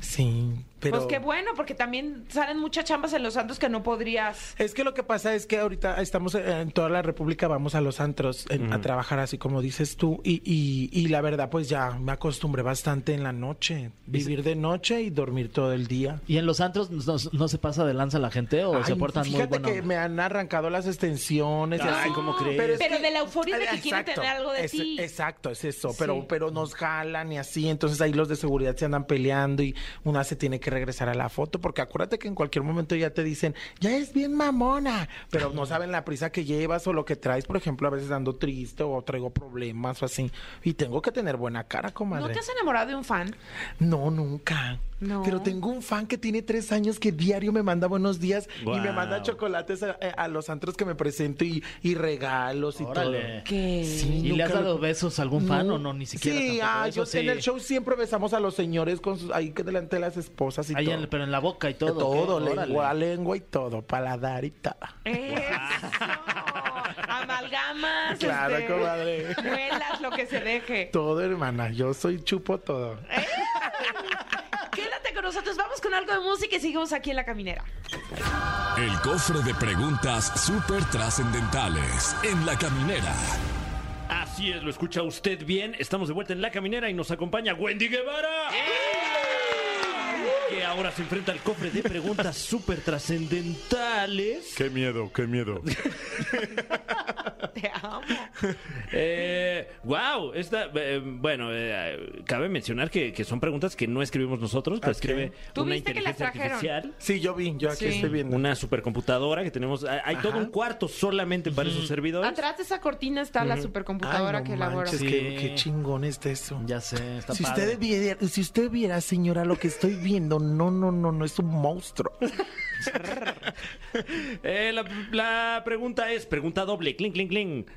S8: Sí, pero...
S3: Pues qué bueno, porque también salen muchas chambas en los santos que no podrías.
S8: Es que lo que pasa es que ahorita estamos eh, en toda la República, vamos a los antros en- a trabajar así como dices tú y, y- y la verdad pues ya me acostumbré bastante en la noche, vivir de noche y dormir todo el día.
S5: ¿Y en los antros no, no se pasa de lanza la gente o se
S8: Ay,
S5: portan muy
S8: fíjate
S5: buena?
S8: que
S5: onda?
S8: me han arrancado las extensiones. y
S4: Ay,
S8: así.
S4: ¿cómo crees?
S8: es
S3: Pero de la euforia de que quieren
S8: Exacto,
S3: tener algo de
S8: es-
S3: ti.
S8: Exacto, es eso. Pero,
S3: Sí.
S8: pero nos jalan y así. Entonces ahí los de seguridad se andan peleando y una se tiene que regresar a la foto. Porque acuérdate que en cualquier momento ya te dicen, ya es bien mamona. Pero no saben la prisa que llevas o lo que traes. Por ejemplo, a veces ando triste o traigo problemas o así. Y tengo que tener buena cara, comadre.
S3: ¿No te has enamorado de un fan?
S8: No, nunca.
S3: No.
S8: Pero tengo un fan que tiene tres años que diario me manda buenos días y me
S4: Guau.
S8: manda chocolates a, a los antros que me presento y, y regalos y
S5: Órale.
S8: todo.
S3: Que
S8: Sí,
S5: ¿Y le has
S8: nunca
S5: dado
S8: lo-
S5: besos a algún fan o no? Ni siquiera.
S8: Sí,
S5: tampoco,
S8: ah,
S5: eso
S8: yo
S5: sí.
S8: en el show siempre besamos a los señores con sus, ahí que delante de las esposas y
S5: Ahí
S8: todo.
S5: en el- pero en la boca y todo. ¿qué?
S8: todo,
S5: Órale.
S8: lengua, lengua y todo, paladar y tal.
S3: Amalgamas.
S8: Claro,
S3: este,
S8: comadre.
S3: Muelas lo que se deje.
S8: Todo, hermana, yo soy chupo todo.
S3: Ah, Quédate con nosotros. Vamos con algo de música y seguimos aquí en la caminera.
S2: El cofre de preguntas súper trascendentales en la caminera.
S4: Así es, lo escucha usted bien. Estamos de vuelta en La Caminera y nos acompaña Wendy Guevara.
S8: Eh.
S4: Que ahora se enfrenta al cofre de preguntas súper trascendentales.
S1: Qué miedo, qué miedo.
S3: Te amo.
S4: Eh, wow, esta, eh, bueno, eh, cabe mencionar que, que son preguntas que no escribimos nosotros, que
S8: Ok.
S4: escribe
S3: ¿Tú
S4: una
S3: viste que las
S4: inteligencia
S3: trajeron?
S4: artificial.
S8: Sí, yo vi, yo aquí
S3: Sí.
S8: estoy viendo.
S4: Una supercomputadora que tenemos. Hay hay todo un cuarto solamente para esos servidores.
S3: Atrás de esa cortina está la supercomputadora
S8: Ay, no
S3: que elabora.
S8: manches,
S5: Sí.
S8: qué, qué chingón está eso.
S5: Ya sé, está
S8: si
S5: padre.
S8: usted viera, si usted viera, señora, lo que estoy viendo, no, no, no, no es un monstruo.
S4: Eh, la, la pregunta es, pregunta doble, clink, clink, clink.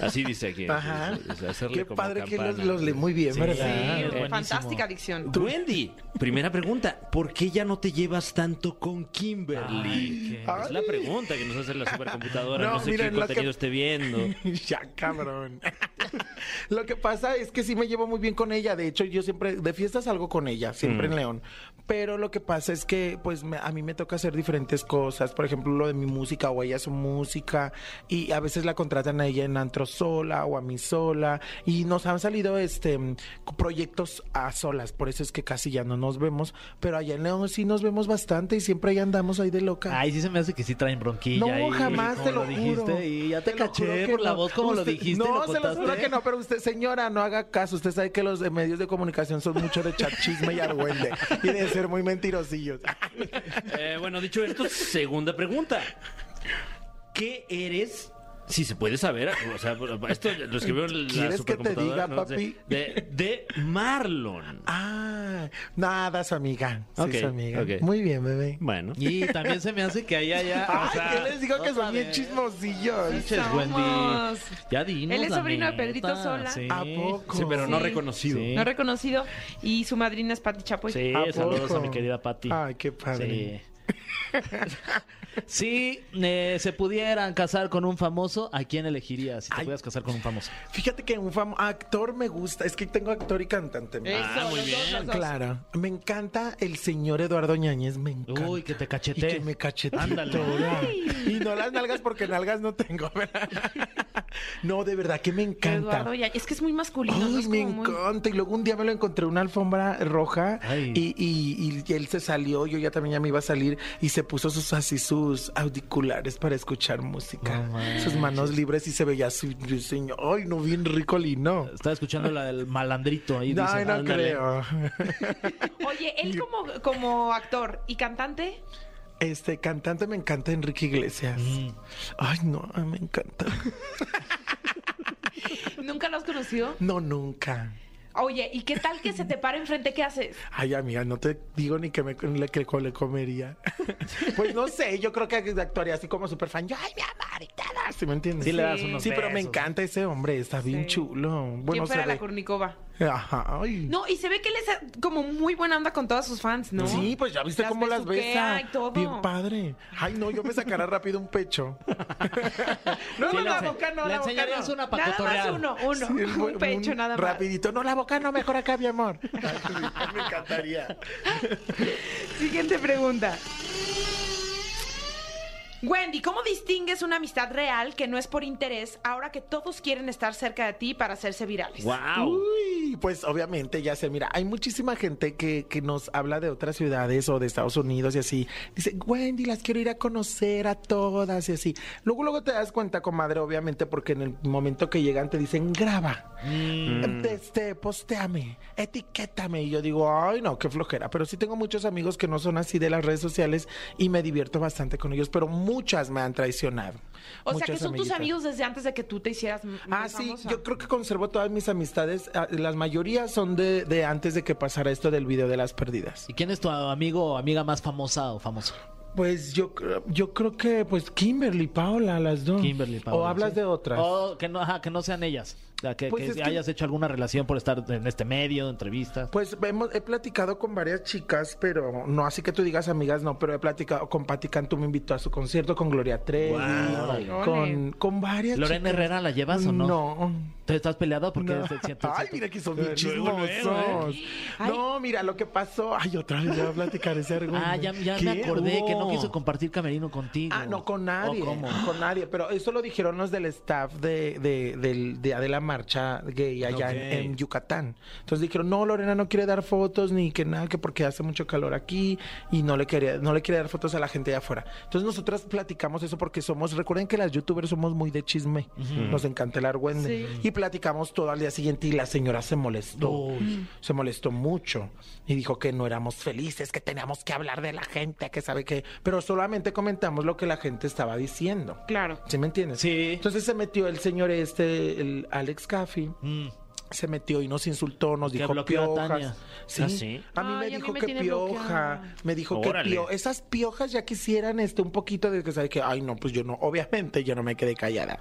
S4: Así dice aquí.
S8: Ajá.
S4: Es- es hacerle
S8: Qué
S4: como
S8: padre que los,
S4: campana.
S8: los lee muy bien,
S5: Sí.
S3: Sí,
S8: ¿verdad?
S5: es buenísimo.
S3: fantástica adicción.
S4: Wendy, primera pregunta, ¿por qué ya no te llevas tanto con Kimberly?
S5: Ay,
S4: es la pregunta que nos hace la supercomputadora.
S8: No,
S4: No, sé
S8: miren,
S4: qué
S8: lo que-
S4: contenido esté viendo.
S8: ya, cabrón. Lo que pasa es que sí me llevo muy bien con ella. De hecho, yo siempre de fiestas salgo con ella, siempre en León. Pero lo que pasa es que, pues, me- a mí me toca hacer diferentes cosas. Por ejemplo, lo de mi música o ella su música. Y a veces la contratan a ella en antro sola o a mí sola. Y nos han salido este mm, proyectos a solas. Por eso es que casi ya no nos vemos. Pero allá en León sí nos vemos bastante y siempre ahí andamos ahí de loca.
S5: Ay, sí se me hace que sí traen bronquilla.
S8: No,
S5: ahí,
S8: jamás
S5: como
S8: te lo, juro.
S5: dijiste. Y ya te,
S8: lo
S5: caché
S8: juro que
S5: por la
S8: no.
S5: voz como lo
S8: Usted-
S5: dijiste. y
S8: No,
S5: lo
S8: se lo juro
S5: contaste.
S8: que no, pero usted, señora, no haga caso. Usted sabe que los eh, medios de comunicación son mucho de chat chisme y argüende y de ser muy mentirosillos.
S4: Eh, bueno, dicho esto, segunda pregunta. ¿Qué eres? Si se puede saber, o sea, esto lo escribió en la
S8: ¿Quieres que te
S4: supercomputadora,
S8: diga,
S4: no sé,
S8: papi?
S4: De, de Marlon.
S8: Ah, nada, es amiga. Sí,
S4: Ok,
S8: es amiga.
S4: ok.
S8: Muy bien, bebé.
S4: Bueno.
S5: Y también se me hace que ahí allá.
S8: Ay,
S5: o sea,
S8: ¿qué les digo que
S5: otra
S8: son bien
S5: vez.
S8: chismosillos?
S5: Pinches, Wendy.
S3: Somos.
S5: Ya dinos
S3: Él es
S5: la
S3: sobrino de
S5: neta.
S3: Pedrito Sola.
S5: Sí.
S8: ¿A poco?
S4: Sí, pero no
S3: Sí.
S4: reconocido.
S5: Sí.
S3: No reconocido. Y su madrina es Pati Chapoy.
S4: Sí,
S8: ¿A
S4: saludos a
S8: poco?
S4: mi querida Patti.
S8: Ay, qué padre.
S4: Sí.
S5: Si eh, se pudieran casar con un famoso, ¿a quién elegirías si te
S8: Ay.
S5: pudieras casar con un famoso?
S8: Fíjate que un fam- actor me gusta. Es que tengo actor y cantante. me
S4: Ah, muy bien.
S8: Claro, me encanta el señor Eduardo Ñañez, me encanta.
S5: Uy, que te
S8: Y
S5: cachete.
S8: que me cachete.
S5: Ándale.
S8: Y no las nalgas porque nalgas no tengo, ¿verdad? No, de verdad que me encanta.
S3: Eduardo ya. Es que es muy masculino. ¿no?
S8: Ay,
S3: Es
S8: me
S3: como muy-
S8: encanta. Y luego un día me lo encontré en una alfombra roja
S5: Ay.
S8: y, y- y él se salió, yo ya también ya me iba a salir y se puso sus así sus auriculares para escuchar música.
S5: No manches.
S8: sus manos libres y se veía su diseño. Ay, no, bien rico lino.
S5: Estaba escuchando la del malandrito ahí.
S8: No,
S5: dicen,
S8: no
S5: ándale.
S8: creo.
S3: Oye, él como, como actor y cantante.
S8: Este cantante me encanta Enrique Iglesias. Ay, no, ay, me encanta.
S3: ¿Nunca lo has conocido?
S8: No, nunca.
S3: Oye, ¿y qué tal que se te pare enfrente? ¿Qué haces?
S8: Ay, amiga, no te digo ni que me le, que co- le comería. Pues no sé, yo creo que actuaría así como súper fan. Yo, ay, mi amor, y tal, ¿sí me entiendes?
S5: Sí, le das unos
S8: Sí, pero me
S5: besos.
S8: encanta ese hombre, está bien
S3: Sí.
S8: chulo. Bueno,
S3: ¿Quién
S8: se
S3: fuera la
S8: ve-
S3: Kornikova?
S8: Ajá, ay.
S3: No, y se ve que él es eh, como muy buena onda con todas sus fans, ¿no?
S8: Sí, pues ya viste
S3: Las
S8: cómo las
S3: besuquea
S8: besa.
S3: y todo.
S8: Bien padre. Ay, no, yo me sacará rápido un pecho. no,
S5: Sí,
S8: no,
S5: le
S8: la
S5: ense-
S8: boca no,
S5: le
S8: la boca
S5: enseñarías
S8: no.
S5: una pa'
S3: Nada más
S5: cotorrear.
S3: uno, uno.
S8: Sí, el bu-
S3: un pecho
S8: un
S3: nada más.
S8: Rapidito, no, la boca no, mejor acá, mi amor. Ay, me encantaría.
S3: Siguiente pregunta. Wendy, ¿cómo distingues una amistad real que no es por interés ahora que todos quieren estar cerca de ti para hacerse virales?
S4: ¡Wow!
S8: Uy, pues obviamente ya sé, mira, hay muchísima gente que, que nos habla de otras ciudades o de Estados Unidos y así. Dice, Wendy, las quiero ir a conocer a todas y así. Luego, luego te das cuenta, comadre, obviamente, porque en el momento que llegan te dicen, graba, este, posteame, etiquétame. Y yo digo, ay, no, qué flojera. Pero sí tengo muchos amigos que no son así de las redes sociales y me divierto bastante con ellos, pero muchas me han traicionado.
S3: O sea, que
S8: Muchas
S3: son tus
S8: amiguitas.
S3: amigos desde antes de que tú te hicieras m-
S8: Ah,
S3: muy
S8: sí,
S3: famosa.
S8: yo creo que conservo todas mis amistades. Ah, Las mayorías son de, de antes de que pasara esto del video de las pérdidas.
S5: ¿Y quién es tu amigo o amiga más famosa o famoso?
S8: Pues yo, creo- yo creo que, pues Kimberly, Paola, las dos.
S5: Kimberly Paola,
S8: Mm. O hablas
S5: ¿sí? Oh.
S8: de otras.
S5: O que no, ajá, que no sean ellas. O sea, que,
S8: Pues
S5: que
S8: es que-
S5: hayas hecho alguna relación por estar en este medio, entrevistas.
S8: Pues hemos- he platicado con varias chicas, pero no así que tú digas amigas, no, pero he platicado con Patti Cantú, me invitó a su concierto, con Gloria Trevi,
S5: Guau.
S8: con, con varias
S5: ¿Lorena
S8: chicas.
S5: Herrera la llevas o no?
S8: No.
S5: ¿Te estás peleado porque
S8: No.
S5: te sientes-
S8: Ay, mira que son bien
S4: Luego, luego,
S8: chismosos.
S4: ¿eh?
S3: Ay.
S8: No, mira lo que pasó. Ay, otra vez voy a platicar ese argumento.
S5: Ah, ya, ya me
S8: ¿Qué?
S5: acordé que no
S8: Hubo.
S5: quiso compartir camerino contigo.
S8: Ah, no, con
S5: ¿O
S8: nadie.
S5: cómo?
S8: Con nadie. Pero eso lo dijeron los del staff de, de, del- de Adela Marcha Gay allá en-
S4: Ok.
S8: en, Yucatán. Entonces dijeron, no, Lorena no quiere dar fotos ni que nada, que porque hace mucho calor aquí y no le quería, no le quiere dar fotos a la gente de afuera. Entonces nosotras platicamos eso porque somos, recuerden que las youtubers somos muy de chisme. Nos encanta el argüende. Y platicamos todo al día siguiente y la señora se molestó. Se molestó mucho y dijo que no éramos felices, que teníamos que hablar de la gente, que sabe que... Pero solamente comentamos lo que la gente estaba diciendo.
S3: Claro.
S8: ¿Sí me entiendes?
S5: Sí.
S8: Entonces se metió el señor este, el Alex Caffey. se metió y nos insultó, nos
S5: Que
S8: dijo
S5: bloqueó a Tania.
S8: piojas.
S4: ¿Ah, sí?
S8: A mí me
S3: Ay, a mí
S8: dijo
S3: me
S8: que
S3: tiene
S8: pioja,
S3: bloqueada.
S8: me dijo
S4: Órale.
S8: que pioja. Esas piojas ya quisieran este un poquito de que sabe que ay no, pues yo no, obviamente yo no me quedé callada.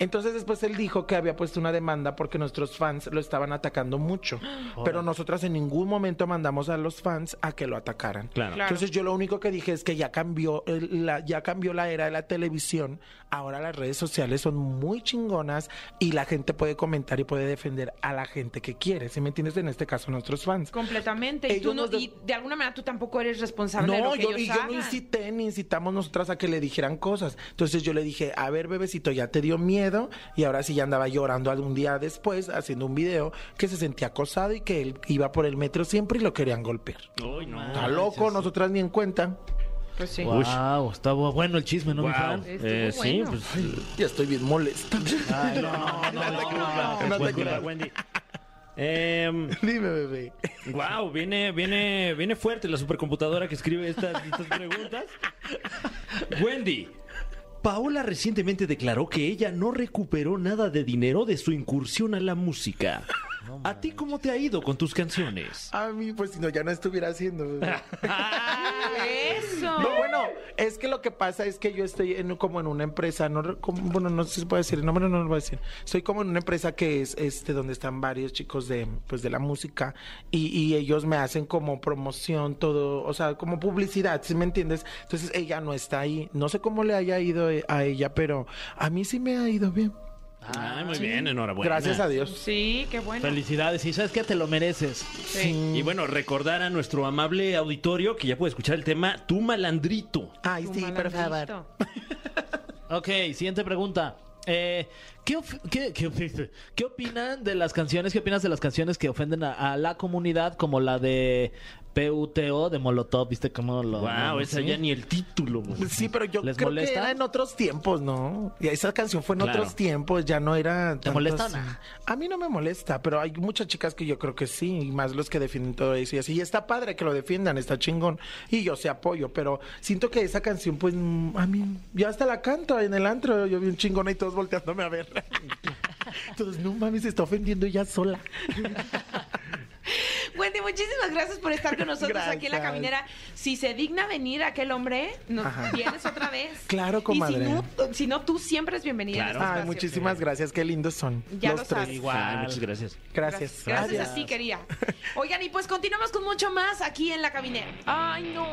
S8: Entonces después él dijo que había puesto una demanda porque nuestros fans lo estaban atacando mucho, pero nosotras en ningún momento mandamos a los fans a que lo atacaran.
S4: Claro.
S3: Claro.
S8: Entonces yo lo único que dije es que ya cambió el- la, ya cambió la era de la televisión. Ahora las redes sociales son muy chingonas y la gente puede comentar y puede defender a la gente que quiere. ¿Sí me entiendes? En este caso nuestros fans.
S3: Completamente. Y
S8: Ellos
S3: tú no,
S8: nos de-
S3: y de alguna manera tú tampoco eres responsable de lo
S8: No,
S3: que
S8: yo,
S3: ellos
S8: y yo no
S3: hagan.
S8: incité ni incitamos nosotras a que le dijeran cosas. Entonces yo le dije, a ver, bebecito, ya te dio miedo. Y ahora sí ya andaba llorando algún día después, haciendo un video que se sentía acosado y que él iba por el metro siempre y lo querían golpear.
S4: Uy, no.
S8: Está loco, nosotras ni en cuenta.
S3: Pues sí.
S5: Wow, está bu- bueno el chisme, ¿no, mi
S4: Guau.
S5: Fran?
S4: Eh,
S3: Estuvo
S4: sí,
S3: bueno.
S4: pues.
S8: Ya estoy bien molesta.
S5: Ay, no, no, no, no, no,
S8: No te
S4: Wendy,
S8: creas.
S4: Wendy. Em,
S8: Dime, bebé.
S4: Wow, viene, viene, viene fuerte la supercomputadora que escribe estas, estas preguntas. Wendy. Paola recientemente declaró que ella no recuperó nada de dinero de su incursión a la música. ¿A ti cómo te ha ido con tus canciones?
S8: A mí, pues si no, ya no estuviera haciendo. bebé.
S3: Ah, eso.
S8: No, bueno, es que lo que pasa es que yo estoy en, como en una empresa, no, re- como- bueno, no sé si puedo decir el nombre, no lo voy a decir. Estoy como en una empresa que es este donde están varios chicos de pues de la música y, y ellos me hacen como promoción, todo, o sea, como publicidad, ¿sí me entiendes? Entonces ella no está ahí. No sé cómo le haya ido eh, a ella, pero a mí sí me ha ido bien.
S4: Ah, muy bien, enhorabuena.
S8: Gracias a Dios.
S3: Sí, qué bueno.
S5: Felicidades, y sabes que te lo mereces.
S3: Sí.
S4: Y bueno, recordar a nuestro amable auditorio que ya puede escuchar el tema Tu Malandrito.
S8: Ay,
S3: Tu
S8: sí, por favor.
S3: malandrito.
S5: Ok, siguiente pregunta. Eh, ¿qué, of- qué- qué of- qué opinan de las canciones? ¿Qué opinas de las canciones que ofenden a, a la comunidad, como la de PUTO de Molotov? ¿Viste cómo lo.?
S4: Wow,
S5: no,
S4: esa
S5: sí?
S4: ya ni el título.
S8: ¿eh? Sí, pero yo
S5: ¿Les
S8: creo que
S5: molesta?
S8: era en otros tiempos, ¿no? Y esa canción fue en
S4: Claro.
S8: otros tiempos, ya no era. tanto
S5: molesta o
S8: así.
S5: no?
S8: A mí no me molesta, pero hay muchas chicas que yo creo que sí, y más los que defienden todo eso y así. Y está padre que lo defiendan, está chingón. Y yo sí apoyo, pero siento que esa canción, pues, mm, a mí, yo hasta la canto en el antro, yo bien chingona y todos volteándome a ver. Entonces, no mames, se está ofendiendo ella sola.
S3: Wendy, muchísimas gracias por estar con nosotros aquí en la
S8: Gracias.
S3: caminera. Si se digna venir aquel hombre, nos
S8: Ajá.
S3: vienes otra vez.
S8: Claro,
S3: Y
S8: comadre.
S3: si no, si no, tú siempre es bienvenida. en
S4: Claro.
S3: este
S8: Ay,
S3: espacio.
S8: muchísimas gracias, qué lindos son.
S3: Ya
S8: los
S3: lo
S8: tres.
S3: sabes.
S4: Ay, muchas gracias.
S8: Gracias.
S3: Gracias, a ti, querida. Oigan, y pues continuamos con mucho más aquí en la caminera. Ay, no,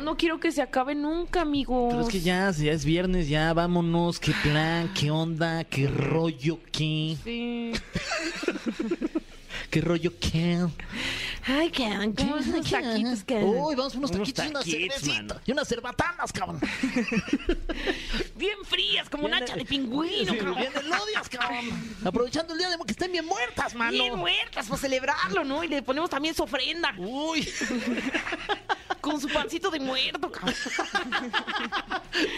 S3: no quiero que se acabe nunca, amigos.
S5: Pero es que ya, si ya es viernes, ya vámonos. ¿Qué plan? ¿Qué onda? ¿Qué rollo? ¿Qué?
S3: Sí.
S5: ¿Qué rollo? ¿Qué?
S3: Ay, qué ¿cómo son los taquitos que
S5: Uy, vamos por
S4: Unos
S5: unos taquitos, y una
S4: taquitos,
S5: cervecita
S4: mano.
S5: y unas cerbatanas, cabrón.
S3: bien frías, como un
S5: Bien,
S3: hacha de pingüino, cabrón.
S5: Bien elodias, cabrón. Aprovechando el día de que estén bien muertas, mano.
S3: Bien muertas para celebrarlo, ¿no? Y le ponemos también su ofrenda
S5: Uy,
S3: con su pancito de muerto, cabrón.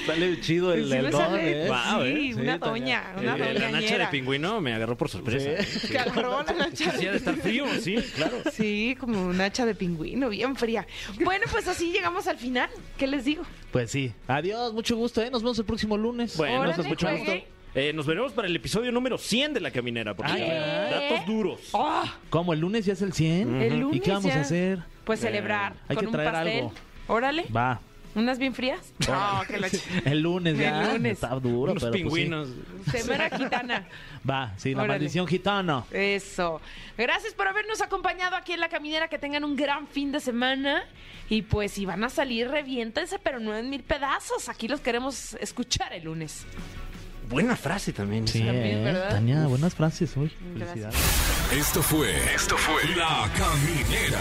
S5: sale chido
S3: Sí, me Pues sale-
S4: Guau,
S3: sí,
S4: ¿eh?
S3: una
S5: Sí,
S3: doña,
S4: Eh,
S3: una
S4: la nacha de
S3: doñañera.
S4: pingüino me agarró por sorpresa. ¿eh? Sí.
S3: Que agarró la
S4: Sí,
S3: nacha
S4: sí, ha de
S3: de
S4: estar frío, sí, claro.
S3: Sí, como un hacha de pingüino, bien fría. Bueno, pues así llegamos al final. ¿Qué les digo?
S5: Pues sí. Adiós, mucho gusto, ¿eh? Nos vemos el próximo lunes.
S4: Bueno,
S3: Órale,
S4: pues mucho gusto.
S3: juegue.
S4: Eh, nos veremos para el episodio número 100 de La Caminera, porque
S5: Ay,
S4: ya verán,
S3: ¿qué?
S4: datos duros.
S3: ¡Oh!
S5: ¿Cómo? ¿El lunes ya es el 100?
S3: El
S5: ¿Y
S3: lunes
S5: qué vamos
S3: ya.
S5: a hacer?
S3: Pues celebrar
S5: hay
S3: con
S5: que traer
S3: un pastel.
S5: algo.
S3: Órale,
S5: Va.
S3: unas bien frías. No, que la ch-
S5: El lunes ya.
S3: El lunes.
S5: Está duro,
S4: Unos
S5: pero pues sí.
S4: pingüinos.
S3: Semana gitana.
S5: Va, sí, la
S3: Órale.
S5: maldición gitana.
S3: Eso. Gracias por habernos acompañado aquí en La Caminera. Que tengan un gran fin de semana. Y pues si van a salir, reviéntense, pero no en mil pedazos. Aquí los queremos escuchar el lunes.
S4: Buena frase también.
S5: Sí,
S3: Pues También,
S5: ¿eh?
S3: ¿verdad?
S5: Tania, buenas frases hoy.
S3: Gracias.
S5: Felicidades.
S2: Esto fue. Esto fue. La Caminera.